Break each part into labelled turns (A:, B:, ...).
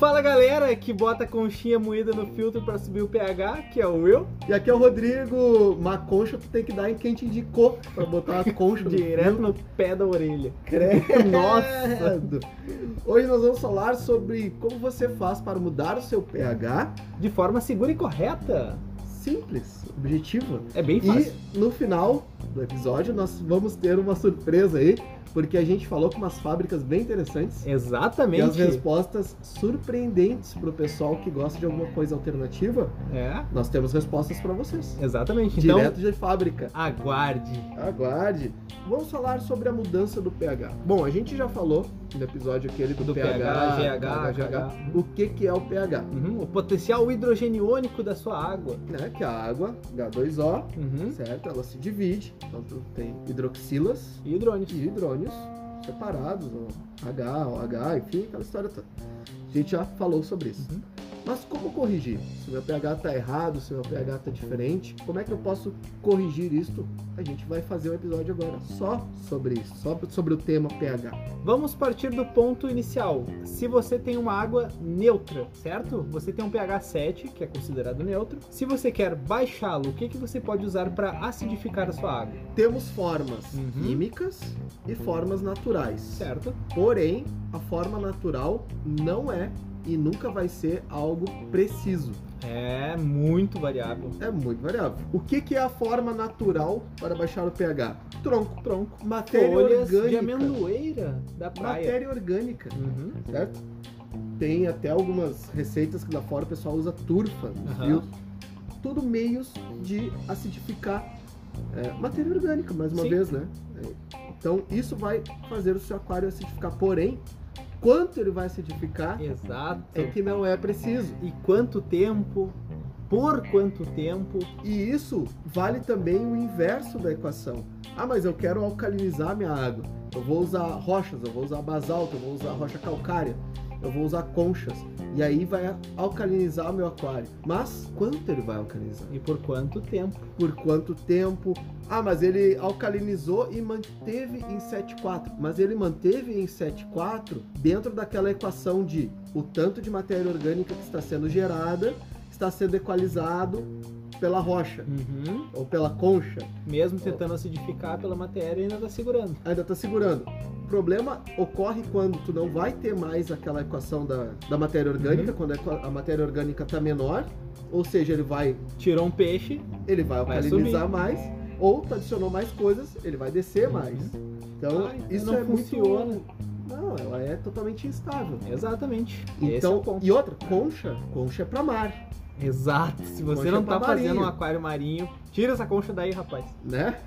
A: Fala galera que bota a conchinha moída no filtro pra subir o pH, que é o eu.
B: E aqui é o Rodrigo. Uma concha tu tem que dar em quem te indicou pra botar uma concha no
A: Direto no pé da orelha.
B: Credo. Nossa! Hoje nós vamos falar sobre como você faz para mudar o seu pH.
A: De forma segura e correta.
B: Simples, objetiva.
A: É bem fácil.
B: E no final do episódio nós vamos ter uma surpresa aí, porque a gente falou com umas fábricas bem interessantes. E
A: Exatamente.
B: as respostas surpreendentes pro pessoal que gosta de alguma coisa alternativa,
A: É,
B: nós temos respostas para vocês.
A: exatamente. Então,
B: Direto de fábrica.
A: aguarde.
B: Aguarde. Vamos falar sobre a mudança do pH. Bom, a gente já falou no episódio aquele do,
A: Do
B: pH,
A: pH,
B: pH,
A: GH.
B: o que que é o pH,
A: Uhum, o potencial hidrogeniônico da sua água.
B: né? Que a água, H2O,
A: Uhum.
B: certo? Ela se divide, então tu tem hidroxilas
A: E hidrônico.
B: e hidrônios separados, o H, o H, enfim, aquela história toda. A gente já falou sobre isso.
A: Uhum.
B: Mas como corrigir? Se meu pH tá errado, se meu pH tá diferente, como é que eu posso corrigir isto? A gente vai fazer um episódio agora só sobre isso, só sobre o tema pH.
A: Vamos partir do ponto inicial. Se você tem uma água neutra, certo? Você tem um pH 7, que é considerado neutro. Se você quer baixá-lo, o que, que você pode usar para acidificar a sua água?
B: Temos formas
A: Uhum.
B: químicas e formas naturais.
A: Certo?
B: Porém, a forma natural não é e nunca vai ser algo preciso.
A: É muito variável.
B: É muito variável. O que, que é a forma natural para baixar o pH? Tronco. Tronco. Matéria
A: Folhas de
B: orgânica.
A: amendoeira da praia.
B: Matéria orgânica,
A: Uhum.
B: certo? Tem até algumas receitas que lá fora o pessoal usa turfa,
A: Aham.
B: viu? Tudo meios de acidificar é, matéria orgânica, mais uma
A: Sim.
B: vez, né? É, Então isso vai fazer o seu aquário acidificar. Porém, quanto ele vai acidificar
A: Exato.
B: é que não é preciso.
A: E quanto tempo? Por quanto tempo?
B: E isso vale também o inverso da equação. Ah, mas eu quero alcalinizar minha água. Eu vou usar rochas, eu vou usar basalto, eu vou usar rocha calcária, eu vou usar conchas. E aí vai alcalinizar o meu aquário. Mas quanto ele vai alcalinizar?
A: E por quanto tempo?
B: Por quanto tempo? Ah, mas ele alcalinizou e manteve em 7,4. Mas ele manteve em 7,4 dentro daquela equação de o tanto de matéria orgânica que está sendo gerada está sendo equalizado pela rocha
A: Uhum.
B: ou pela concha,
A: Mesmo tentando acidificar pela matéria, ainda tá segurando.
B: ainda tá segurando. O problema ocorre quando tu não vai ter mais aquela equação da, da matéria orgânica,
A: Uhum.
B: quando a equa- a matéria orgânica tá menor, ou seja, ele vai,
A: Tirou um peixe,
B: ele vai
A: Vai
B: alcalinizar mais, ou tu adicionou mais coisas, ele vai descer
A: Uhum.
B: mais. Então,
A: Ah, então
B: isso
A: não
B: é muito-
A: funciona.
B: Não, ela é totalmente instável.
A: Exatamente. Esse é
B: Então,
A: o ponto.
B: e outra, concha, concha é pra mar,
A: Exato. Se você
B: Concha
A: não tá
B: pra
A: fazendo
B: marinho.
A: um aquário marinho, tira essa concha daí, rapaz.
B: né?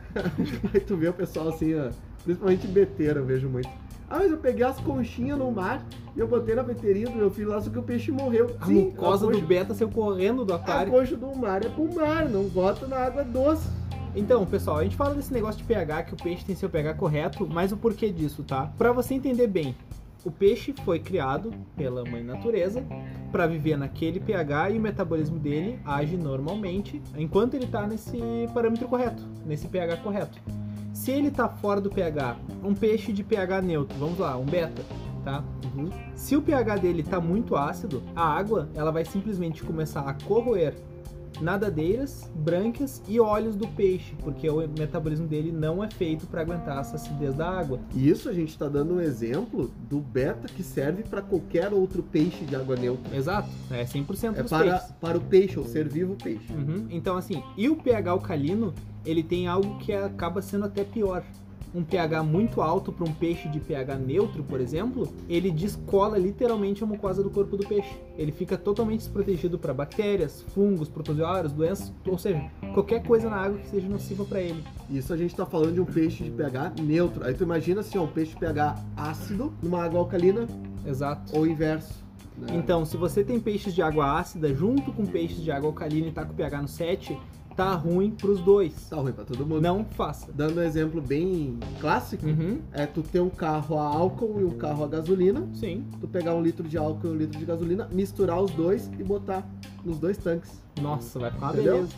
B: Aí tu vê o pessoal assim, ó, principalmente beteira, eu vejo muito. Ah, mas eu peguei as conchinhas no mar e eu botei na veterinha do meu filho lá, só que o peixe morreu.
A: A
B: Sim,
A: mucosa
B: a
A: do
B: concha,
A: beta saiu correndo do
B: a
A: aquário.
B: concha do mar é pro mar, não bota na água doce.
A: Então, pessoal, a gente fala desse negócio de pH, que o peixe tem seu pH correto, mas o porquê disso, tá? Pra você entender bem, o peixe foi criado pela mãe natureza pra viver naquele pH e o metabolismo dele age normalmente enquanto ele tá nesse parâmetro correto, nesse pH correto. Se ele tá fora do pH, um peixe de pH neutro, vamos lá, um beta, tá?
B: Uhum.
A: Se o pH dele está muito ácido, a água ela vai simplesmente começar a corroer nadadeiras, brânquias e olhos do peixe, porque o metabolismo dele não é feito para aguentar essa acidez da água.
B: E isso a gente tá dando um exemplo do beta que serve para qualquer outro peixe de água neutra.
A: Exato, é 100%
B: É
A: dos
B: para,
A: peixes.
B: para o peixe, ou ser vivo peixe.
A: Uhum, Então assim, e o pH alcalino, ele tem algo que acaba sendo até pior. Um pH muito alto para um peixe de pH neutro, por exemplo, ele descola literalmente a mucosa do corpo do peixe. Ele fica totalmente desprotegido para bactérias, fungos, protozoários, doenças, ou seja, qualquer coisa na água que seja nociva para ele.
B: Isso a gente tá falando de um peixe de pH neutro. Aí tu imagina assim, ó, um peixe de pH ácido numa água alcalina
A: Exato.
B: ou inverso. né?
A: Então, se você tem peixes de água ácida junto com peixes de água alcalina e tá com pH no 7, tá ruim pros dois.
B: Tá ruim pra todo mundo.
A: Não faça.
B: Dando um exemplo bem clássico,
A: Uhum,
B: é tu ter um carro a álcool e um carro a gasolina,
A: sim.
B: tu pegar um litro de álcool e um litro de gasolina, misturar os dois e botar nos dois tanques.
A: Nossa, vai ficar uma
B: Entendeu?
A: beleza.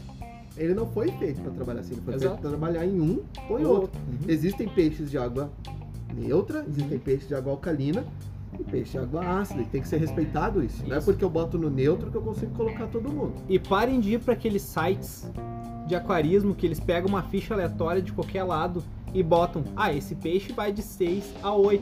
B: Ele não foi feito pra trabalhar assim, ele foi
A: Exato.
B: feito pra trabalhar em um ou em outro.
A: Uhum.
B: Existem peixes de água neutra, existem peixes de água alcalina, E peixe é água ácida, e tem que ser respeitado isso. Não é
A: Isso.
B: porque eu boto no neutro que eu consigo colocar todo mundo.
A: E parem de ir para aqueles sites de aquarismo que eles pegam uma ficha aleatória de qualquer lado e botam, ah, esse peixe vai de 6 a 8.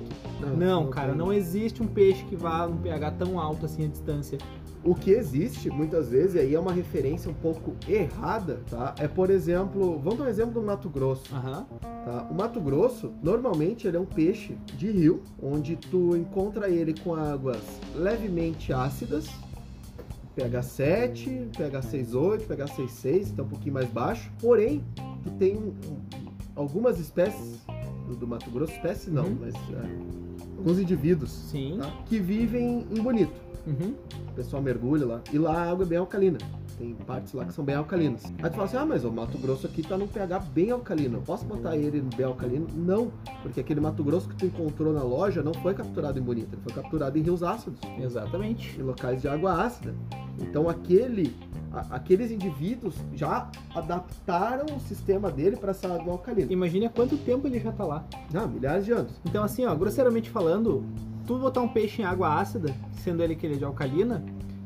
A: Não, cara,
B: tem.
A: não existe um peixe que vá num pH tão alto assim a distância.
B: O que existe, muitas vezes, e aí é uma referência um pouco errada, tá? É, por exemplo, vamos dar um exemplo do Mato Grosso,
A: Aham.
B: tá? O Mato Grosso, normalmente, ele é um peixe de rio, onde tu encontra ele com águas levemente ácidas, pH 7, pH 6,8, pH 6,6, então um pouquinho mais baixo. Porém, tu tem um- um- algumas espécies do, do Mato Grosso, espécies não,
A: Uhum.
B: mas é, alguns indivíduos,
A: Sim.
B: tá? Que vivem em Bonito.
A: Uhum.
B: O pessoal mergulha lá. E lá a água é bem alcalina. Tem partes lá que são bem alcalinas. Aí tu fala assim, ah, mas o Mato Grosso aqui tá num pH bem alcalino. Eu posso botar ele no bem alcalino? Não, porque aquele Mato Grosso que tu encontrou na loja não foi capturado em Bonita. Ele foi capturado em rios ácidos,
A: Exatamente.
B: em locais de água ácida. Então aquele... a- Aqueles indivíduos já adaptaram o sistema dele para essa água alcalina.
A: Imagina há quanto tempo ele já tá lá.
B: Ah, milhares de anos.
A: Então assim, ó, grosseiramente falando, tu botar um peixe em água ácida, sendo ele que ele é de alcalina,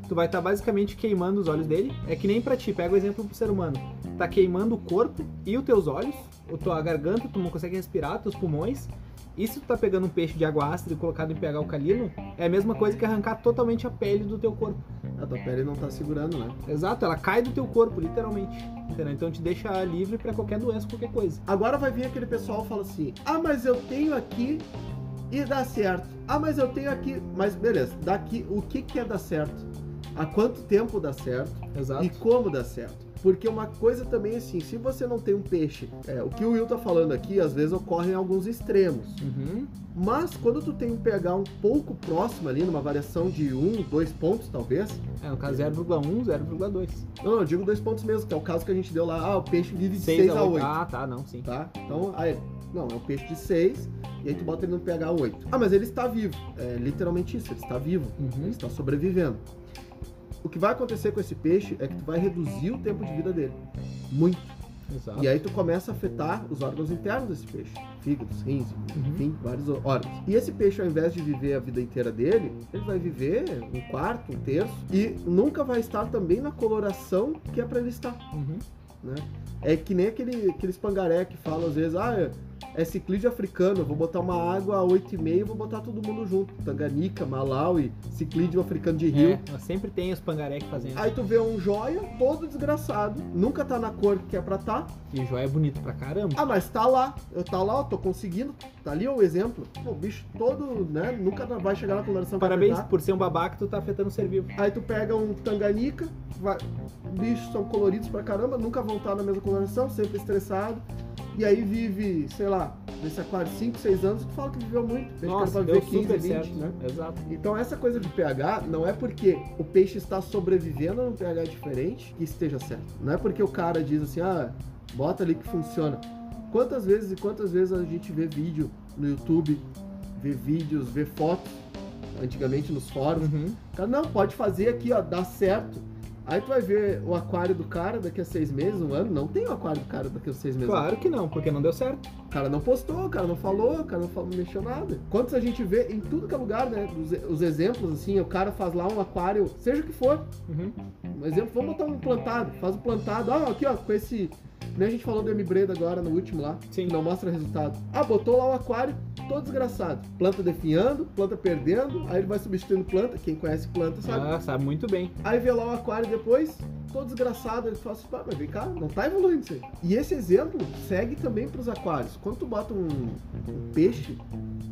A: tu vai estar basicamente queimando os olhos dele. É que nem pra ti, pega o exemplo pro ser humano. Tá queimando o corpo e os teus olhos, a tua garganta, tu não consegue respirar, teus pulmões. E se tu tá pegando um peixe de água ácida e colocado em pH alcalino, é a mesma coisa que arrancar totalmente a pele do teu corpo.
B: A tua pele não tá segurando, né?
A: Exato, ela cai do teu corpo, literalmente. Entendeu? Então te deixa livre pra qualquer doença, qualquer coisa.
B: Agora vai vir aquele pessoal que fala assim: ah, mas eu tenho aqui e dá certo. Ah, mas eu tenho aqui. Mas beleza, daqui o que, que é dar certo? Há quanto tempo dá certo?
A: Exato.
B: E como dá certo? Porque uma coisa também é assim, se você não tem um peixe, é, o que o Will tá falando aqui, às vezes ocorre em alguns extremos.
A: Uhum.
B: Mas quando tu tem um pH um pouco próximo ali, numa variação de um, dois pontos talvez,
A: É, no caso 0,1, 0,2.
B: não, não, eu digo dois pontos mesmo, que é o caso que a gente deu lá, ah, o peixe vive de
A: 6
B: 6 a 8.
A: Ah, tá, não, sim.
B: tá? Então, aí, não, é um peixe de 6, e aí tu bota ele no pH 8. Ah, mas ele está vivo. É literalmente isso, ele está vivo, ele
A: Uhum.
B: está sobrevivendo. O que vai acontecer com esse peixe é que tu vai reduzir o tempo de vida dele. Muito. tá?
A: Exato.
B: E aí tu começa a afetar os órgãos internos desse peixe. Fígados, rins,
A: Uhum.
B: enfim, vários ó- órgãos. E esse peixe, ao invés de viver a vida inteira dele, ele vai viver um quarto, um terço, e nunca vai estar também na coloração que é para ele estar.
A: Uhum.
B: né? É que nem aquele, aqueles pangaré que falam às vezes, ah, é é ciclide africano, eu vou botar uma água a 8,5 e vou botar todo mundo junto. Tanganica, Malawi, ciclide africano de rio.
A: É, sempre tem os pangaré que fazem.
B: Aí tu vê um joia todo desgraçado, nunca tá na cor que é pra tá.
A: E o joia é bonito pra caramba.
B: Ah, mas tá lá, eu tá lá, eu tô conseguindo. Tá ali ó, o exemplo. Pô, o bicho todo, né, nunca vai chegar na coloração que é pra
A: Parabéns
B: tá.
A: por ser um babaca, tu tá afetando o ser vivo.
B: Aí tu pega um tanganica, vai- bichos são coloridos pra caramba, nunca vão estar na mesma coloração, sempre estressado. E aí vive, sei lá, nesse aquário 5, 6 anos, tu fala que viveu muito. Peixe
A: Nossa,
B: cara
A: deu
B: vai viver 15,
A: super
B: 20,
A: certo.
B: né?
A: Exato.
B: Então essa coisa de pH não é porque o peixe está sobrevivendo a um pH diferente que esteja certo. Não é porque o cara diz assim, ah, bota ali que funciona. Quantas vezes e quantas vezes a gente vê vídeo no YouTube, vê vídeos, vê fotos, antigamente nos fóruns,
A: Uhum.
B: o cara, Então, não, pode fazer aqui, ó, dá certo. Aí tu vai ver o aquário do cara daqui a seis meses, um ano. Não tem o aquário do cara daqui a seis meses.
A: Claro que não, porque não deu certo.
B: O cara não postou, o cara não falou, o cara não, falou, não mexeu nada. Quantos a gente vê em tudo que é lugar, né? Os, os exemplos, assim, o cara faz lá um aquário, seja o que for.
A: Uhum.
B: Um exemplo, vamos botar um plantado. Faz um plantado, ó, aqui, ó, com esse... que Nem a gente falou do M-Breda agora, no último lá.
A: Sim.
B: que Não mostra resultado. Ah, botou lá o aquário, todo desgraçado. Planta definhando, planta perdendo, aí ele vai substituindo planta. Quem conhece planta sabe.
A: Ah, sabe muito bem.
B: Aí vê lá o aquário depois, todo desgraçado, ele fala assim, "Pá, mas vem cá, não tá evoluindo isso aí. E esse exemplo segue também pros aquários. Quando tu bota um, um peixe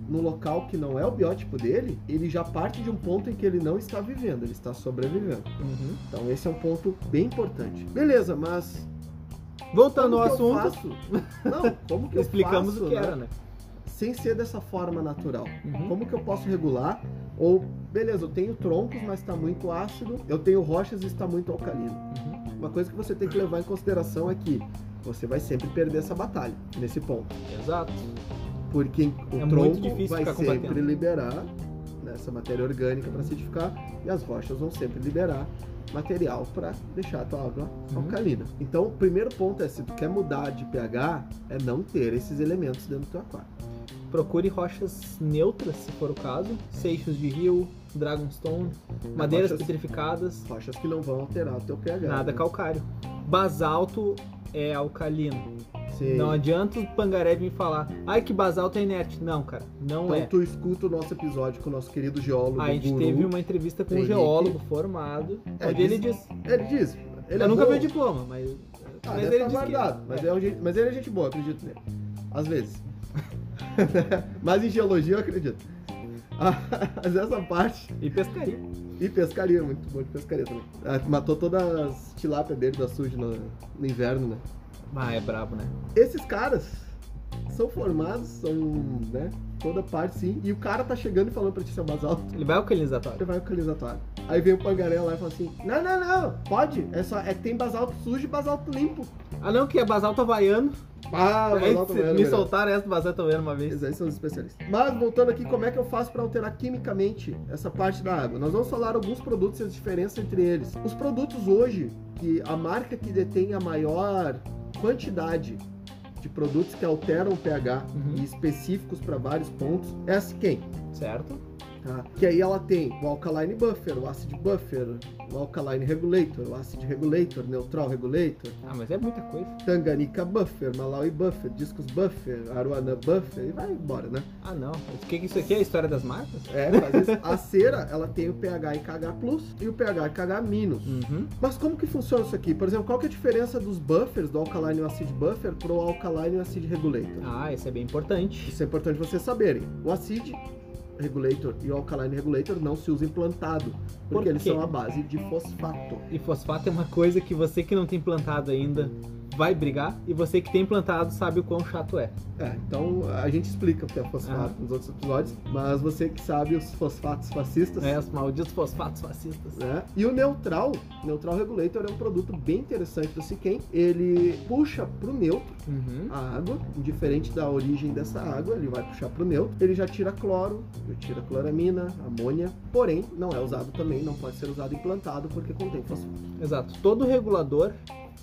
B: no local que não é o biótipo dele, ele já parte de um ponto em que ele não está vivendo, ele está sobrevivendo.
A: Uhum.
B: Então esse é um ponto bem importante. Beleza, mas
A: Voltando ao
B: que eu
A: Tá assunto,
B: faço- Não, como que eu
A: explicamos
B: faço,
A: o que
B: né,
A: era, né?
B: Sem ser dessa forma natural.
A: Uhum.
B: Como que eu posso regular? Ou, beleza, eu tenho troncos, mas está muito ácido. Eu tenho rochas e está muito alcalino.
A: Uhum.
B: Uma coisa que você tem que levar em consideração é que você vai sempre perder essa batalha nesse ponto.
A: Exato.
B: Porque o
A: É muito
B: tronco
A: difícil
B: vai
A: ficar
B: sempre
A: combatendo.
B: liberar né, essa matéria orgânica para acidificar e as rochas vão sempre liberar material para deixar a tua água
A: Uhum.
B: alcalina. Então, o primeiro ponto é se tu quer mudar de pH, é não ter esses elementos dentro do teu aquário.
A: Procure rochas neutras, se for o caso.
B: É.
A: Seixos de rio, dragonstone, madeiras
B: rochas-
A: petrificadas,
B: Rochas que não vão alterar o teu pH.
A: nada
B: né?
A: calcário. Basalto é alcalino.
B: Sim.
A: Não adianta o pangaré vir falar, ai que basalto é inerte. Não, cara, não
B: Então
A: é.
B: tu escuta o nosso episódio com o nosso querido geólogo.
A: A gente
B: guru.
A: teve uma entrevista com um
B: Henrique.
A: geólogo formado,
B: É,
A: onde ele
B: diz-
A: diz.
B: Ele diz. Ele
A: eu
B: é
A: nunca
B: bom.
A: vi o diploma, mas.
B: Ah,
A: mas
B: deve
A: ele
B: tá
A: diz que-
B: guardado. Mas,
A: é.
B: é um gente- mas ele é gente boa, acredito nele. Às vezes. mas em geologia eu acredito. Ah, mas essa parte.
A: E pescaria.
B: E pescaria, muito bom de pescaria também. Ah, matou todas as tilápia dele da Sud no, no inverno, né?
A: Ah, é brabo, né?
B: Esses caras são formados, são, né? Toda parte sim. E o cara tá chegando e falando pra ti se é basalto.
A: Ele vai ao
B: Você
A: canilizatório.
B: vai localizar a toalha. Aí vem o pangaré lá e fala assim: Não, não, não, pode. É só, é que tem basalto sujo e basalto limpo.
A: Ah, não, que é basalto havaiano.
B: Ah,
A: Aí,
B: basalto
A: se-
B: mesmo,
A: me
B: melhor.
A: soltaram essa do basalto havaiano uma vez.
B: Eles aí são os especialistas. Mas voltando aqui, como é que eu faço para alterar quimicamente essa parte da água? Nós vamos falar alguns produtos e as diferenças entre eles. Os produtos hoje, que a marca que detém a maior quantidade de produtos que alteram o pH
A: Uhum.
B: e específicos para vários pontos, é a Sken.
A: Certo?
B: tá? Que aí ela tem o Alkaline Buffer, o Acid Buffer, o Alkaline Regulator, o Acid Regulator, Neutral Regulator,
A: Ah, mas é muita coisa.
B: Tanganyika Buffer, Malawi Buffer, Discos Buffer, Aruana Buffer, e vai embora, né?
A: Ah, não. O que, que isso aqui é? A história das marcas?
B: É, mas isso- a cera, ela tem o pH e KH+, e o pH e KH-.
A: Uhum.
B: Mas como que funciona isso aqui? Por exemplo, qual que é a diferença dos buffers, do Alkaline e o Acid Buffer, pro Alkaline e o Acid Regulator?
A: Ah, isso é bem importante.
B: Isso é importante vocês saberem. O Acid Regulator e o Alkaline Regulator não se usam implantado,
A: Por
B: porque eles
A: quê?
B: são a base de fosfato.
A: E fosfato é uma coisa que você que não tem plantado ainda vai brigar, e você que tem plantado sabe o quão chato é.
B: É, então a gente explica o que é
A: Ah.
B: fosfato nos outros episódios, mas você que sabe os fosfatos fascistas,
A: Né? Os malditos fosfatos fascistas.
B: né? E o neutral, neutral regulator é um produto bem interessante do Siquem. Ele puxa pro neutro
A: Uhum.
B: a água, indiferente da origem dessa água, ele vai puxar pro neutro. Ele já tira cloro, já tira cloramina, amônia, porém não é usado também, não pode ser usado implantado porque contém fosfato.
A: Exato. Todo regulador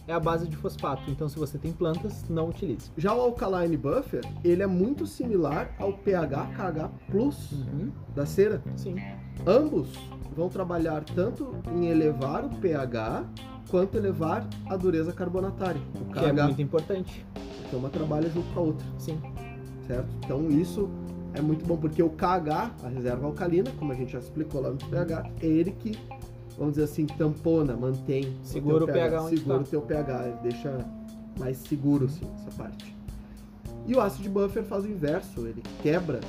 A: é a base de fosfato. Então, se você tem plantas, não utilize.
B: Já o alkaline buffer, ele é muito similar ao pH KH+
A: Uhum.
B: da cera.
A: Sim.
B: Ambos vão trabalhar tanto em elevar o pH quanto elevar a dureza carbonatária. O
A: Que é
B: KH,
A: muito importante.
B: porque Então, uma trabalha junto com a outra,
A: Sim.
B: certo? Então isso é muito bom, porque o KH, a reserva alcalina, como a gente já explicou lá no pH, é ele que, vamos dizer assim, tampona, mantém.
A: Segura o
B: teu
A: pH onde
B: Segura
A: tá.
B: o teu pH, ele deixa mais seguro, assim, essa parte. E o ácido buffer faz o inverso, ele quebra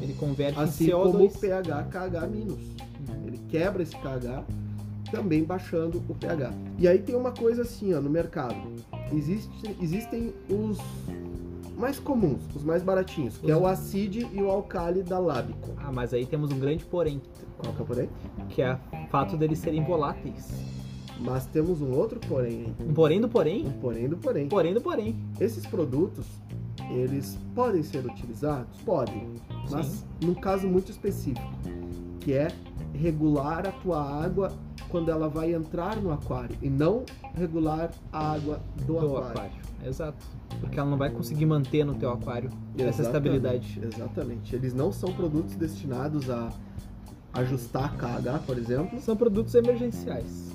A: Ele converte
B: assim
A: em
B: como Uhum. o
A: CO2.
B: pH KH minus. Ele quebra esse KH, também baixando o pH. E aí tem uma coisa assim, ó, no mercado. Existe, existem os mais comuns, os mais baratinhos, que é o acide e o alcali da Lábico.
A: Ah, mas aí temos um grande porém,
B: Qual que é por aí?
A: que é o fato deles serem voláteis.
B: Mas temos um outro porém aí.
A: Um porém do porém?
B: Um porém do porém.
A: Um porém do porém.
B: Esses produtos, eles podem ser utilizados? Podem, mas
A: Sim.
B: num caso muito específico, que é regular a tua água quando ela vai entrar no aquário e não regular a água do,
A: Do
B: aquário.
A: aquário. Exato. Porque ela não vai conseguir manter no teu aquário essa
B: Exatamente,
A: estabilidade.
B: Exatamente. Eles não são produtos destinados a ajustar KH, por exemplo,
A: São produtos emergenciais.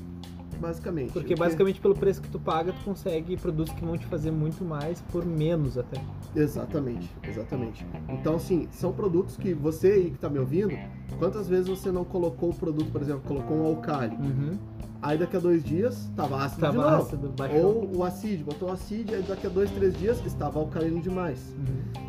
B: basicamente.
A: Porque
B: O que-
A: basicamente pelo preço que tu paga, tu consegue produtos que vão te fazer muito mais por menos até.
B: Exatamente, exatamente. Então, assim, são produtos que você aí que tá me ouvindo, quantas vezes você não colocou o produto, por exemplo, colocou um alcali,
A: Uhum.
B: aí daqui a dois dias tava ácido de
A: Tava
B: novo.
A: ácido, tá baixou.
B: Ou o acide, botou o acide, aí daqui a dois, três dias estava alcalino demais.
A: Uhum.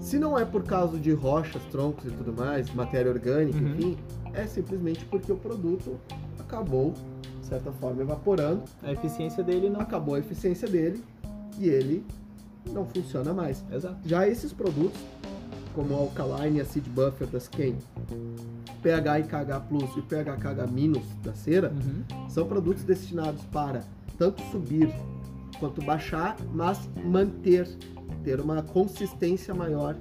B: Se não é por causa de rochas, troncos e tudo mais, matéria orgânica,
A: Uhum.
B: enfim, é simplesmente porque o produto acabou, de certa forma, evaporando,
A: A eficiência dele não.
B: acabou a eficiência dele e ele não funciona mais.
A: Exato.
B: Já esses produtos, como o Alkaline e Acid Buffer das Ken, pH e KH+, e o pH KH- da cera,
A: Uhum.
B: são produtos destinados para tanto subir quanto baixar, mas manter, ter uma consistência maior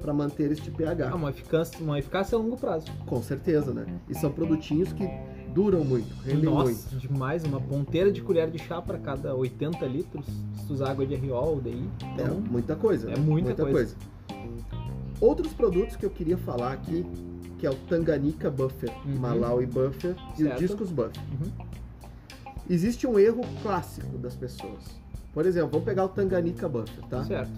B: para manter este
A: Ah,
B: pH,
A: uma eficácia, uma eficácia a longo prazo.
B: com certeza, né? E são produtinhos que duram muito, rendem muito.
A: Nossa, demais. Uma ponteira de colher de chá para cada 80 litros. Se tu usar água de RO ou DI.
B: É
A: Então,
B: muita coisa.
A: É
B: né?
A: muita coisa.
B: coisa. Outros produtos que eu queria falar aqui, que é o Tanganyika Buffer,
A: Uhum.
B: Malawi Buffer e o
A: Certo.
B: Discos Buffer.
A: Uhum.
B: Existe um erro clássico das pessoas. Por exemplo, vamos pegar o Tanganyika Buffer, tá?
A: Certo.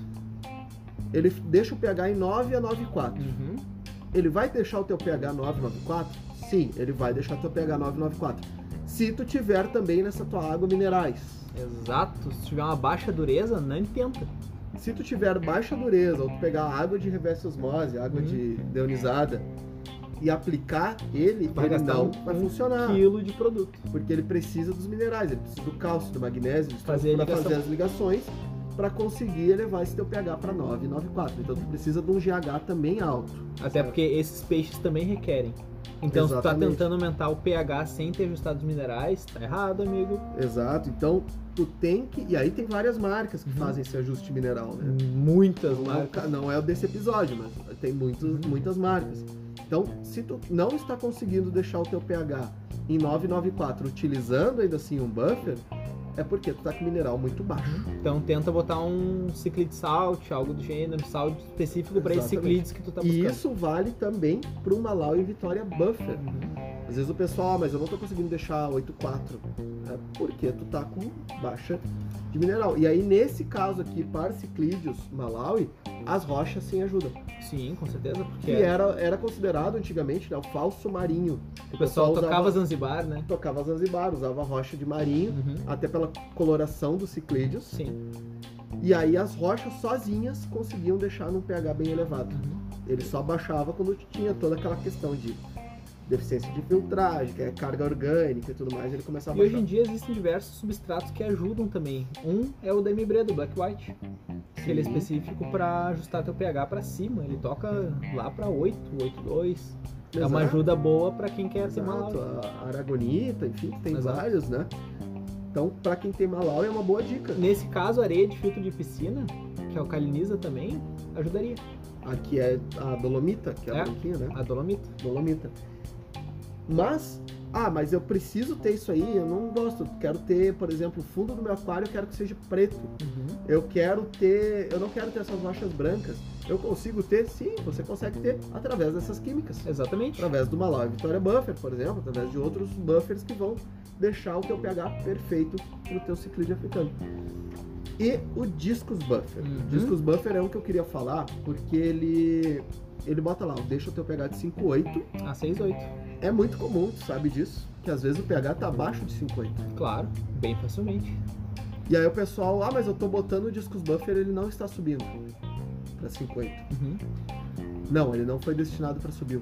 B: Ele f- deixa o pH em 9 a 9,4.
A: Uhum.
B: Ele vai deixar o teu pH 9,94? Sim, ele vai deixar teu pH 9,94. Se tu tiver também nessa tua água minerais.
A: Exato. Se tiver uma baixa dureza, não tenta.
B: Se tu tiver baixa dureza, ou tu pegar água de reversa osmose, água
A: Uhum.
B: de deionizada, e aplicar ele,
A: Vai
B: ele
A: gastar
B: não
A: um-
B: vai
A: um
B: funcionar.
A: Quilo de produto.
B: Porque ele precisa dos minerais, ele precisa do cálcio, do magnésio, para
A: Fazer a ligação.
B: fazer as ligações, para conseguir elevar esse teu pH para 9,94. Então tu precisa de um GH também alto.
A: Até porque esses peixes também requerem. Então, se tu tá
B: Exatamente.
A: tentando aumentar o pH sem ter ajustado os minerais, tá errado, amigo.
B: Exato, então tu tem que. E aí tem várias marcas que
A: Uhum.
B: fazem esse ajuste mineral, né?
A: Muitas
B: Não é, o,
A: marcas.
B: ca- não é o desse episódio, mas tem muitos,
A: Uhum.
B: muitas marcas. Então, se tu não está conseguindo deixar o teu pH em 994 utilizando ainda assim um buffer, é porque tu tá com mineral muito baixo.
A: Então tenta botar um ciclide salt, algo do gênero, salt específico para esses
B: Exatamente.
A: ciclides que tu tá
B: e
A: buscando.
B: isso vale também para um Malawi Vitória buffer.
A: Uhum.
B: Às vezes o pessoal, ah, mas eu não tô conseguindo deixar 84. É porque tu tá com baixa de mineral. E aí, nesse caso aqui, para ciclídeos Malawi, as rochas sem ajuda.
A: Sim, com certeza, porque
B: Que é, era, era considerado antigamente né, o falso marinho.
A: o pessoal
B: o pessoal
A: tocava
B: usava-
A: Zanzibar, né?
B: Tocava Zanzibar, usava rocha de marinho,
A: Uhum.
B: até pela coloração dos ciclídeos.
A: Sim.
B: E aí as rochas sozinhas conseguiam deixar num pH bem elevado.
A: Uhum.
B: Ele só baixava quando tinha toda aquela questão de deficiência de filtragem, que é carga orgânica e tudo mais, ele começava
A: E
B: a
A: hoje
B: baixar.
A: em dia existem diversos substratos que ajudam também. Um é o da MBRE, do Black White, que ele é
B: Sim.
A: específico para ajustar teu pH para cima. Ele toca lá para 8, 8,2. É uma
B: Exato.
A: ajuda boa para quem quer ter
B: Exato,
A: malaria.
B: a Aragonita, enfim, tem
A: Exato.
B: vários, né? Então, pra quem tem Malawi é uma boa dica.
A: Nesse caso, areia de filtro de piscina, que alcaliniza também, ajudaria.
B: Aqui é a Dolomita, que é,
A: É.
B: a branquinha, né?
A: A dolomita.
B: Dolomita. Mas, ah, mas eu preciso ter isso aí, eu não gosto. Quero ter, por exemplo, o fundo do meu aquário, eu quero que seja preto. Eu quero ter, eu não quero ter essas rochas brancas. Eu consigo ter? Sim, você consegue ter através dessas químicas.
A: Exatamente.
B: através do Malawi Vitória Buffer, por exemplo, através de outros buffers que vão deixar o teu pH perfeito para o teu ciclídeo africano. E o Discus Buffer.
A: Uhum.
B: O Discus Buffer é um que eu queria falar porque ele ele bota lá, deixa o teu pH de 5,8.
A: A 6,8.
B: É muito comum, tu sabe disso, que às vezes o pH tá abaixo de 5,8.
A: Claro, bem facilmente.
B: E aí o pessoal, ah, mas eu tô botando o Discus Buffer, ele não está subindo para 5,8.
A: Uhum.
B: Não, ele não foi destinado para subir.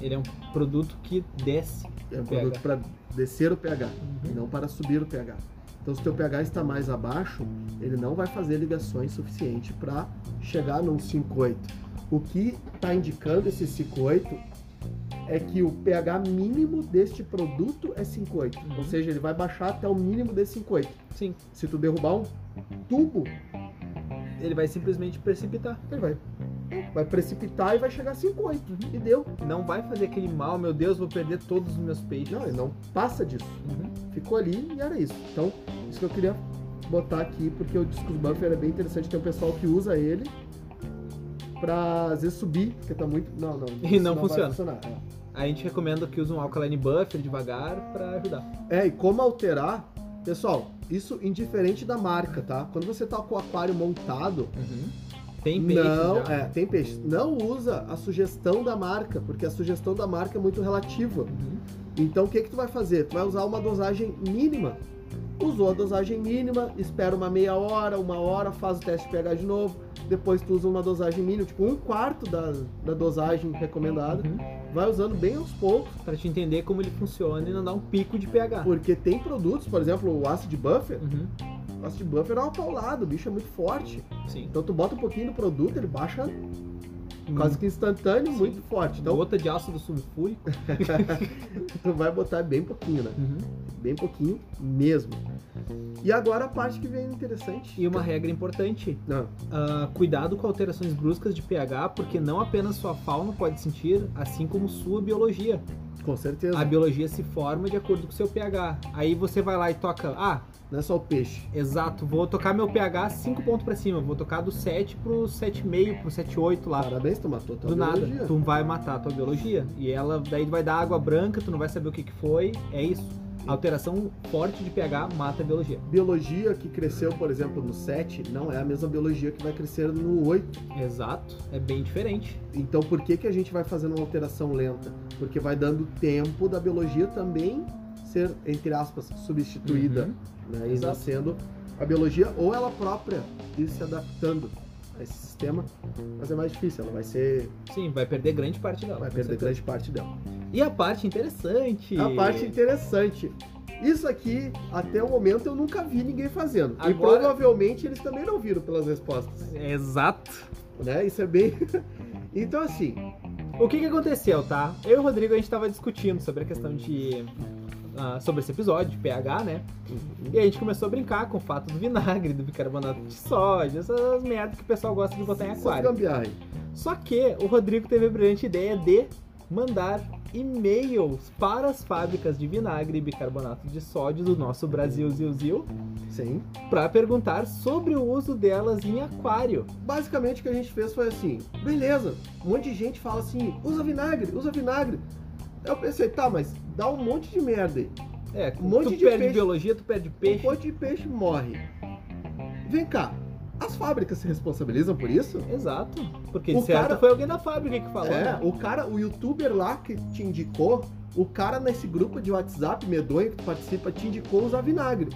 A: Ele é um produto que desce.
B: É um
A: pH.
B: produto para descer o pH. e
A: Uhum.
B: não para subir o pH. Então, se o teu pH está mais abaixo, ele não vai fazer ligações suficiente para chegar num 5,8. O que está indicando esse 5,8 é que o pH mínimo deste produto é 5,8.
A: Uhum.
B: Ou seja, ele vai baixar até o mínimo desse 5,8.
A: Sim.
B: Se tu derrubar um tubo,
A: Ele vai simplesmente precipitar.
B: ele vai, vai precipitar e vai chegar a 5,8. E deu.
A: Não vai fazer aquele mal, meu Deus, vou perder todos os meus peixes.
B: Não, ele não passa disso.
A: Uhum.
B: ficou ali e era isso. Então, isso que eu queria botar aqui, porque o Discus Buffer é bem interessante, tem um pessoal que usa ele pra às vezes subir, porque tá muito. Não, não.
A: E
B: isso
A: não
B: vai
A: funciona.
B: funcionar,
A: A gente recomenda que use um alkaline buffer devagar para ajudar.
B: É. É, e como alterar, pessoal, isso indiferente da marca, tá? Quando você tá com o aquário montado,
A: Tem peixes
B: Uhum. não,
A: já.
B: é, tem peixe. Não usa a sugestão da marca, porque a sugestão da marca é muito relativa.
A: Uhum.
B: Então o que que tu vai fazer? Tu vai usar uma dosagem mínima. Usou a dosagem mínima, espera uma meia hora, uma hora, faz o teste de pH de novo. Depois tu usa uma dosagem mínima, tipo um quarto da, da dosagem recomendada.
A: Uhum.
B: Vai usando bem aos poucos,
A: Pra te entender como ele funciona e não dar um pico de pH.
B: porque tem produtos, por exemplo, o ácido buffer.
A: Uhum.
B: O ácido buffer é uma paulada, o bicho é muito forte.
A: Sim.
B: Então tu bota um pouquinho do produto, ele baixa Uhum. quase que instantâneo,
A: Sim.
B: muito forte. Então
A: Gota de ácido sulfúrico.
B: tu vai botar bem pouquinho, né?
A: Uhum.
B: Bem pouquinho mesmo. E agora a parte que vem interessante.
A: E uma regra importante,
B: Não.
A: Ah, cuidado com alterações bruscas de pH, porque não apenas sua fauna pode sentir, assim como sua biologia.
B: Com certeza.
A: A biologia se forma de acordo com o seu pH. Aí você vai lá e toca, ah,
B: Não é só o peixe.
A: exato, vou tocar meu pH 5 pontos pra cima, vou tocar do 7 pro 7,5, pro 7,8 lá.
B: Parabéns, tu matou tua
A: Do nada,
B: biologia.
A: tu vai matar a tua biologia. E ela, daí vai dar água branca, tu não vai saber o que, que foi. É isso. Alteração forte de pH mata a biologia.
B: Biologia que cresceu, por exemplo, no 7, não é a mesma biologia que vai crescer no 8.
A: Exato, é bem diferente.
B: Então por que, que a gente vai fazendo uma alteração lenta? Porque vai dando tempo da biologia também ser, entre aspas,
A: Uhum.
B: substituída, né? E
A: Exato.
B: nascendo a biologia ou ela própria ir se adaptando a esse sistema, mas é mais difícil, ela vai ser.
A: Sim, vai perder grande parte dela.
B: vai
A: com
B: perder
A: certeza.
B: grande parte dela.
A: E a parte interessante.
B: A parte interessante. Isso aqui, até o momento, eu nunca vi ninguém fazendo. E
A: Agora-
B: provavelmente eles também não viram pelas respostas.
A: Exato.
B: Né? Isso é bem. então, assim,
A: O que, que aconteceu, tá? Eu e o Rodrigo, a gente tava discutindo sobre a questão de. ah, sobre esse episódio de pH, né? E a gente começou a brincar com o fato do vinagre, do bicarbonato de sódio, essas merdas que o pessoal gosta de botar em
B: essas
A: aquário.
B: gambiarra aí.
A: Só que o Rodrigo teve a brilhante ideia de mandar e-mails para as fábricas de vinagre e bicarbonato de sódio do nosso Brasil Zil Zil
B: Sim.
A: para perguntar sobre o uso delas em aquário.
B: Basicamente o que a gente fez foi assim, beleza, um monte de gente fala assim, usa vinagre, usa vinagre. Eu pensei, tá, mas dá um monte de merda aí.
A: É,
B: Um monte
A: tu
B: de
A: perde
B: peixe.
A: biologia, tu perde
B: Um
A: peixe.
B: monte de peixe morre. Vem cá, as fábricas se responsabilizam por isso?
A: Exato. Porque
B: O
A: de certo
B: cara-
A: foi alguém da fábrica que falou.
B: É,
A: né?
B: o cara, o youtuber lá que te indicou, o cara nesse grupo de WhatsApp medonho que tu participa te indicou usar vinagre.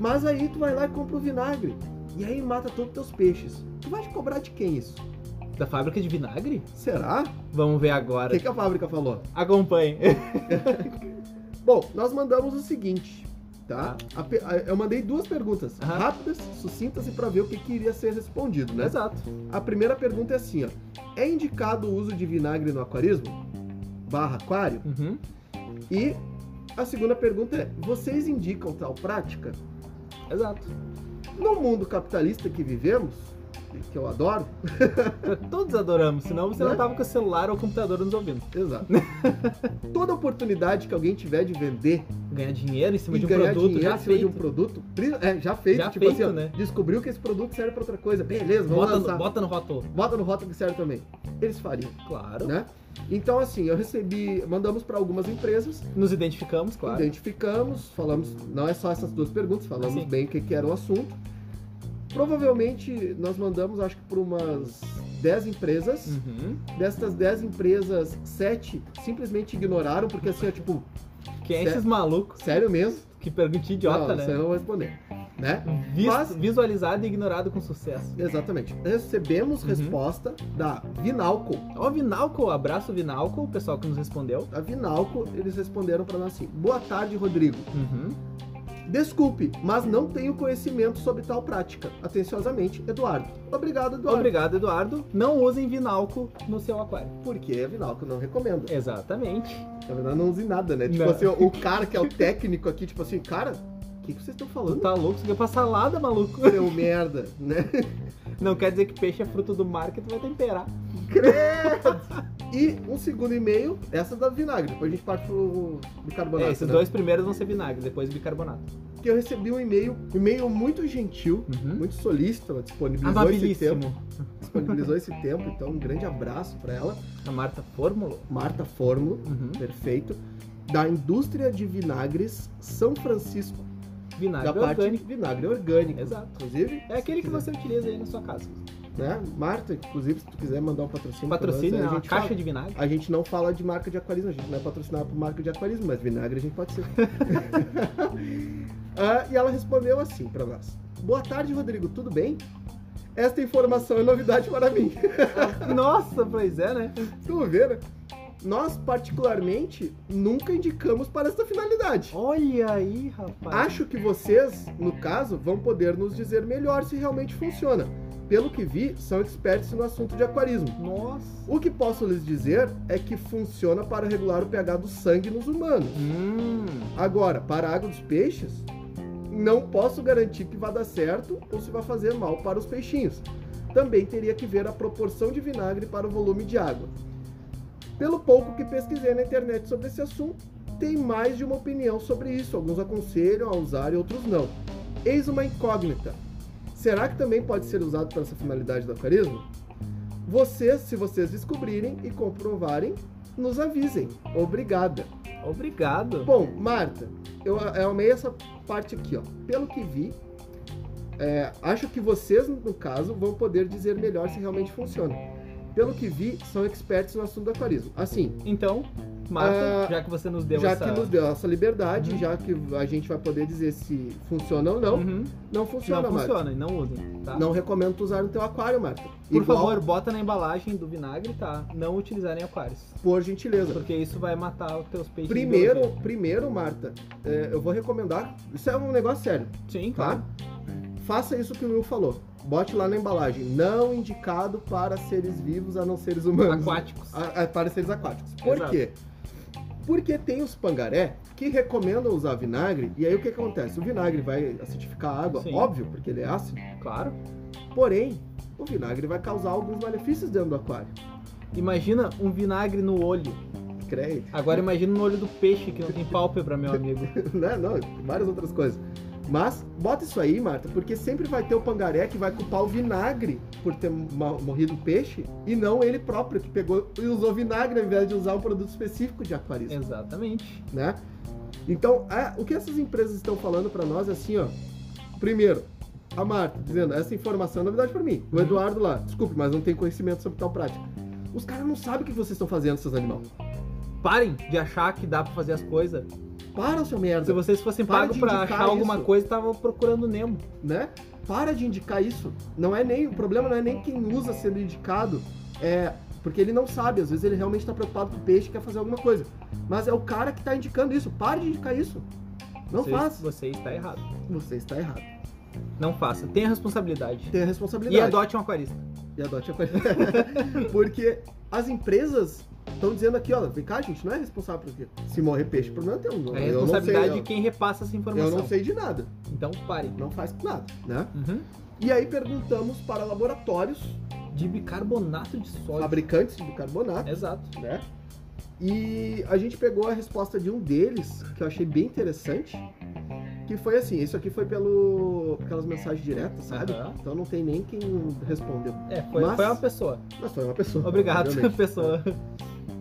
B: Mas aí tu vai lá e compra o vinagre. E aí mata todos os teus peixes. Tu vai te cobrar de quem isso?
A: Da fábrica de vinagre?
B: Será?
A: Vamos ver
B: O
A: agora.
B: que que a fábrica falou?
A: Acompanhe.
B: Bom, nós mandamos o seguinte, tá? A pe- a- Eu mandei duas perguntas,
A: Aham.
B: rápidas, sucintas e pra ver o que, que iria ser respondido, né?
A: Exato.
B: A primeira pergunta é assim, ó. É indicado o uso de vinagre no aquarismo? Barra aquário?
A: Uhum.
B: E a segunda pergunta é, vocês indicam tal prática?
A: Exato.
B: No mundo capitalista que vivemos, que eu adoro,
A: Todos adoramos, senão você não
B: Né?
A: tava com o celular ou o computador nos ouvindo.
B: exato. Toda oportunidade que alguém tiver de vender
A: Ganhar dinheiro em cima
B: e
A: de um
B: ganhar
A: produto
B: dinheiro
A: já
B: em cima de
A: feito.
B: um produto, pri- é, já feito,
A: Já
B: tipo
A: feito,
B: assim, ó,
A: né?
B: descobriu que esse produto serve pra outra coisa, beleza, vamos
A: Bota,
B: lançar.
A: no- bota no rotor.
B: Bota no rótulo que serve também. Eles fariam,
A: Claro.
B: né? Então, assim, eu recebi, mandamos para algumas empresas,
A: Nos identificamos, claro.
B: identificamos, falamos, não é só essas duas perguntas, falamos
A: Sim.
B: bem o que, que era o assunto. Provavelmente nós mandamos, acho que, por umas 10 empresas.
A: Uhum.
B: Destas 10 empresas, 7 simplesmente ignoraram, porque assim, é tipo,
A: Quem é
B: Certo.
A: esses malucos?
B: sério mesmo?
A: Que pergunta idiota,
B: não,
A: né?
B: isso eu não vou responder, né?
A: Vis-
B: Mas-
A: Visualizado e ignorado com sucesso.
B: Exatamente. Recebemos
A: Uhum.
B: resposta da Vinalco.
A: Ó, Vinalco, abraço Vinalco, o pessoal que nos respondeu.
B: Da Vinalco, eles responderam para nós assim: Boa tarde, Rodrigo.
A: Uhum.
B: Desculpe, mas não tenho conhecimento sobre tal prática. Atenciosamente, Eduardo. Obrigado, Eduardo.
A: Obrigado, Eduardo. Não usem Vinalco no seu aquário.
B: Porque a Vinalco não recomenda.
A: Exatamente.
B: Na verdade, não use nada, né? Tipo
A: Não.
B: assim, ó, o cara que é o técnico aqui, tipo assim, cara, o que, que vocês estão
A: Tu
B: falando?
A: tá louco? Você quer pra salada, maluco?
B: Seu merda, né?
A: Não quer dizer que peixe é fruto do mar que tu vai temperar.
B: E um segundo e-mail, essa da vinagre. Depois a gente parte pro bicarbonato.
A: é, esses
B: né?
A: dois primeiros vão ser vinagre, depois bicarbonato.
B: Que eu recebi um e-mail, um e-mail muito gentil,
A: Uhum.
B: muito solícito, ela disponibilizou esse tempo.
A: Amabilíssimo.
B: Disponibilizou esse tempo, então um grande abraço pra ela.
A: A Marta formulou.
B: Marta Formulo.
A: Uhum.
B: Perfeito. Da indústria de vinagres São Francisco.
A: Vinagre
B: da parte
A: orgânico.
B: de vinagre orgânico.
A: Exato.
B: Inclusive.
A: É aquele que
B: se
A: você utiliza aí na sua casa.
B: quiser, Né? Marta, inclusive, se tu quiser mandar um patrocínio. pra
A: Patrocínio,
B: nós,
A: né?
B: a
A: Uma
B: gente
A: caixa
B: fala.
A: de vinagre.
B: A gente não fala de marca de aquarismo, a gente não é patrocinado por marca de aquarismo, mas vinagre a gente pode ser. Ah, e ela respondeu assim pra nós: Boa tarde, Rodrigo, tudo bem? Esta informação é novidade para mim.
A: Nossa, pois é, né?
B: tu vê, né? Nós, particularmente, nunca indicamos para essa finalidade.
A: Olha aí, rapaz.
B: Acho que vocês, no caso, vão poder nos dizer melhor se realmente funciona. Pelo que vi, são expertos no assunto de aquarismo.
A: Nossa.
B: O que posso lhes dizer é que funciona para regular o pH do sangue nos humanos.
A: Hum.
B: Agora, para a água dos peixes, não posso garantir que vai dar certo ou se vai fazer mal para os peixinhos. Também teria que ver a proporção de vinagre para o volume de água. Pelo pouco que pesquisei na internet sobre esse assunto, tem mais de uma opinião sobre isso. Alguns aconselham a usar e outros não. Eis uma incógnita. Será que também pode ser usado para essa finalidade do aquarismo? Vocês, se vocês descobrirem e comprovarem, nos avisem. Obrigada.
A: Obrigado.
B: Bom, Marta, eu eu amei essa parte aqui, ó. Pelo que vi, é, acho que vocês, no caso, vão poder dizer melhor se realmente funciona. Pelo que vi, são expertos no assunto do aquarismo. Assim,
A: Então, Marta,
B: Ah,
A: já que você nos deu
B: já
A: essa...
B: que nos deu essa liberdade,
A: Uhum.
B: já que a gente vai poder dizer se funciona ou não,
A: Uhum.
B: não funciona,
A: não
B: Marta.
A: funciona, e não usem, tá?
B: Não recomendo tu usar no teu aquário, Marta.
A: Por
B: Igual,
A: favor, bota na embalagem do vinagre, tá? Não utilizarem aquários.
B: Por gentileza.
A: Porque isso vai matar os teus peixes. de
B: Primeiro, primeiro, Marta, é, eu vou recomendar. Isso é um negócio sério,
A: biologia. Sim,
B: tá?
A: claro.
B: Faça isso que o Will falou. Bote lá na embalagem. Não indicado para seres vivos a não seres humanos.
A: Aquáticos.
B: A- a- para seres aquáticos. Por
A: Exato.
B: quê? Porque tem os pangaré que recomendam usar vinagre, e aí o que acontece? O vinagre vai acidificar a água,
A: Sim.
B: óbvio, porque ele é ácido.
A: Claro.
B: Porém, o vinagre vai causar alguns malefícios dentro do aquário.
A: Imagina um vinagre no olho.
B: Creio.
A: Agora imagina no olho do peixe que não tem pálpebra, meu amigo.
B: né? Não, várias outras coisas. Mas bota isso aí, Marta, porque sempre vai ter o pangaré que vai culpar o vinagre por ter ma- morrido o peixe e não ele próprio que pegou e usou vinagre ao invés de usar um produto específico de aquarismo,
A: É. Exatamente.
B: né? Então, a- o que essas empresas estão falando pra nós é assim, ó. Primeiro, a Marta dizendo, essa informação é novidade pra mim. O
A: Uhum.
B: Eduardo lá, desculpe, mas não tem conhecimento sobre tal prática. Os caras não sabem o que vocês estão fazendo, seus animais.
A: Parem de achar que dá pra fazer as coisas.
B: Para, seu
A: Se
B: merda,
A: vocês fossem
B: Para
A: pagos
B: de
A: pra
B: indicar
A: achar alguma
B: isso.
A: coisa, tava procurando Nemo.
B: né? Para de indicar isso. Não é nem o problema não é nem quem usa sendo indicado, é porque ele não sabe. Às vezes ele realmente está preocupado com o peixe, quer fazer alguma coisa. Mas é o cara que está indicando isso. Para de indicar isso. Não
A: você,
B: faz.
A: Você está errado.
B: Você está errado.
A: Não faça. Tenha responsabilidade.
B: Tem a
A: E
B: responsabilidade.
A: adote um aquarista.
B: E adote a coisa. porque as empresas estão dizendo aqui, ó, vem cá, gente, não é responsável por quê? se morrer peixe, por não tem um.
A: É
B: Eu não sei,
A: responsabilidade
B: eu-
A: de quem repassa essa
B: eu
A: informação.
B: não sei de nada.
A: Então parem.
B: Não faz nada, né?
A: Uhum.
B: E aí perguntamos para laboratórios
A: De bicarbonato de sódio.
B: fabricantes de bicarbonato,
A: Exato.
B: né? E a gente pegou a resposta de um deles, que eu achei bem interessante, que foi assim, isso aqui foi pelo aquelas mensagens diretas, sabe?
A: Aham.
B: Então não tem nem quem respondeu.
A: É, foi,
B: Mas-
A: foi uma pessoa.
B: Mas foi uma pessoa.
A: Obrigado,
B: obviamente.
A: pessoa.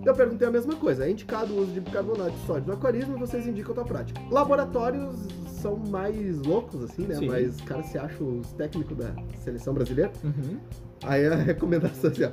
B: Eu perguntei a mesma coisa. É indicado o uso de bicarbonato de sódio no aquarismo e vocês indicam a tua prática. Laboratórios são mais loucos, assim, né?
A: Sim.
B: Mas os caras se acham os técnicos da seleção brasileira.
A: Uhum.
B: Aí a recomendação é assim, ó.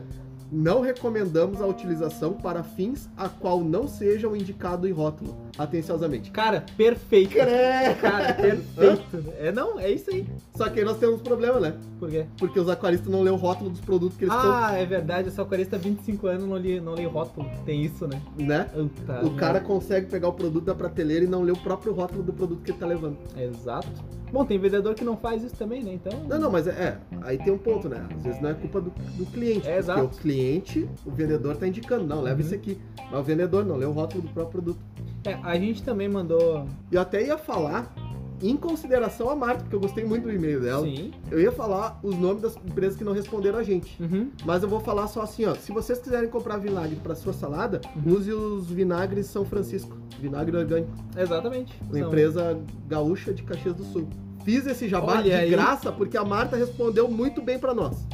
B: Não recomendamos a utilização para fins a qual não sejam indicado em rótulo. Atenciosamente.
A: Cara, perfeito.
B: Cré!
A: Cara, perfeito. É não, é isso aí.
B: Só que aí nós temos um problema, né?
A: Por quê?
B: Porque os aquaristas não lêem o rótulo dos produtos que eles
A: Ah, é verdade, eu sou aquarista há 25 anos, não li, não li rótulo. Tem isso, né?
B: estão, né?
A: Puta
B: O
A: merda.
B: cara consegue pegar o produto da prateleira e não ler o próprio rótulo do produto que ele tá levando.
A: Exato. Bom, tem vendedor que não faz isso também, né? Então.
B: Não, não, mas é, é, aí tem um ponto, né? Às vezes não é culpa do, do cliente.
A: É, exato.
B: Porque o cliente, o vendedor tá indicando, não, leva
A: Uhum.
B: isso aqui. Mas o vendedor não leu o rótulo do próprio produto.
A: É, a gente também mandou.
B: Eu até ia falar, em consideração à Marta, porque eu gostei muito do e-mail dela.
A: Sim.
B: Eu ia falar os nomes das empresas que não responderam a gente.
A: Uhum.
B: Mas eu vou falar só assim, ó. Se vocês quiserem comprar vinagre para sua salada,
A: Uhum.
B: use os vinagres São Francisco. Vinagre orgânico.
A: Exatamente.
B: Uma
A: São-
B: empresa gaúcha de Caxias do Sul. Fiz esse jabá
A: Olha
B: de
A: aí.
B: graça porque a Marta respondeu muito bem para nós.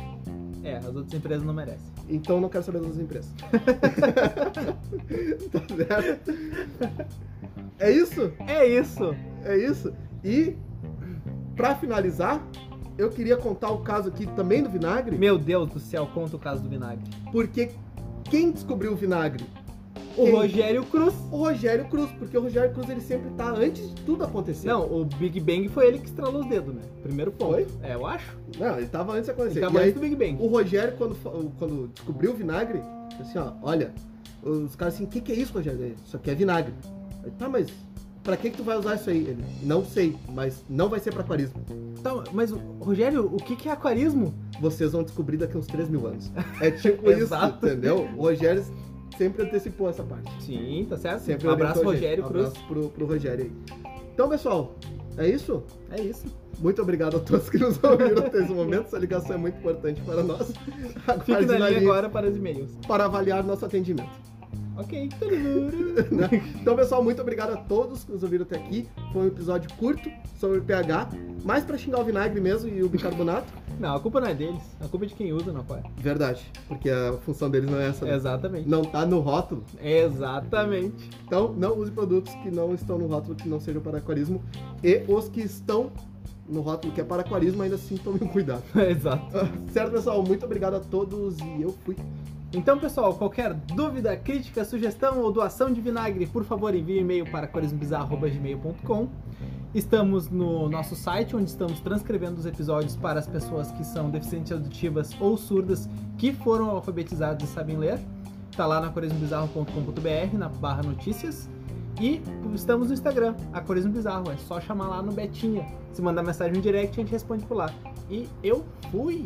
A: É, as outras empresas não merecem.
B: Então não quero saber das outras empresas. tá certo? É isso?
A: É isso.
B: É isso. E pra finalizar, eu queria contar o caso aqui também do vinagre,
A: Meu Deus do céu, conta o caso do vinagre.
B: porque quem descobriu o vinagre?
A: O
B: Quem?
A: Rogério Cruz.
B: O Rogério Cruz, porque o Rogério Cruz ele sempre tá antes de tudo acontecer.
A: Não, o Big Bang foi ele que estralou os dedos, né? Primeiro ponto.
B: Foi?
A: É, eu acho.
B: Não, ele tava antes de
A: Ele tá
B: acontecer.
A: tava
B: E aí,
A: antes do Big Bang.
B: o Rogério quando fa- quando descobriu o vinagre, assim, ó, olha, os caras assim, o que que é isso, Rogério? Ele, Isso aqui é vinagre. Aí, tá, mas pra que que tu vai usar isso aí? Ele, não sei, mas não vai ser pra aquarismo.
A: Tá, mas, o- Rogério, o que que é aquarismo?
B: vocês vão descobrir daqui a uns 3 mil anos. É tipo isso,
A: Exato.
B: entendeu? O Rogério sempre antecipou essa parte.
A: Sim, tá certo?
B: Sempre
A: um abraço,
B: orientou a
A: Rogério
B: gente.
A: Cruz.
B: Abraço pro, pro Rogério aí. Então, pessoal, é isso?
A: É isso.
B: Muito obrigado a todos que nos ouviram até esse momento. Essa ligação é muito importante para nós.
A: Fique
B: Aguarde
A: na
B: na
A: linha
B: linha
A: agora para os e-mails.
B: para avaliar nosso atendimento.
A: Ok. Tururu.
B: Então, pessoal, muito obrigado a todos que nos ouviram até aqui. Foi um episódio curto sobre pH, mais pra xingar o vinagre mesmo e o bicarbonato.
A: Não, a culpa não é deles. A culpa é de quem usa, não é?
B: Verdade, porque a função deles não é essa. né?
A: Exatamente.
B: Não tá no rótulo.
A: Exatamente.
B: Então, não use produtos que não estão no rótulo, que não sejam para aquarismo. E os que estão no rótulo, que é para aquarismo, ainda assim tomem cuidado.
A: Exato.
B: Certo, pessoal? Muito obrigado a todos e eu fui.
A: Então, pessoal, qualquer dúvida, crítica, sugestão ou doação de vinagre, por favor, envie um e-mail para corismobizarro.gmail.com. Estamos no nosso site, onde estamos transcrevendo os episódios para as pessoas que são deficientes auditivas ou surdas que foram alfabetizadas e sabem ler. Está lá na corismobizarro.com.br, na barra notícias. E estamos no Instagram, a Corismo Bizarro. É só chamar lá no Betinha. Se mandar mensagem no direct, a gente responde por lá. E eu fui!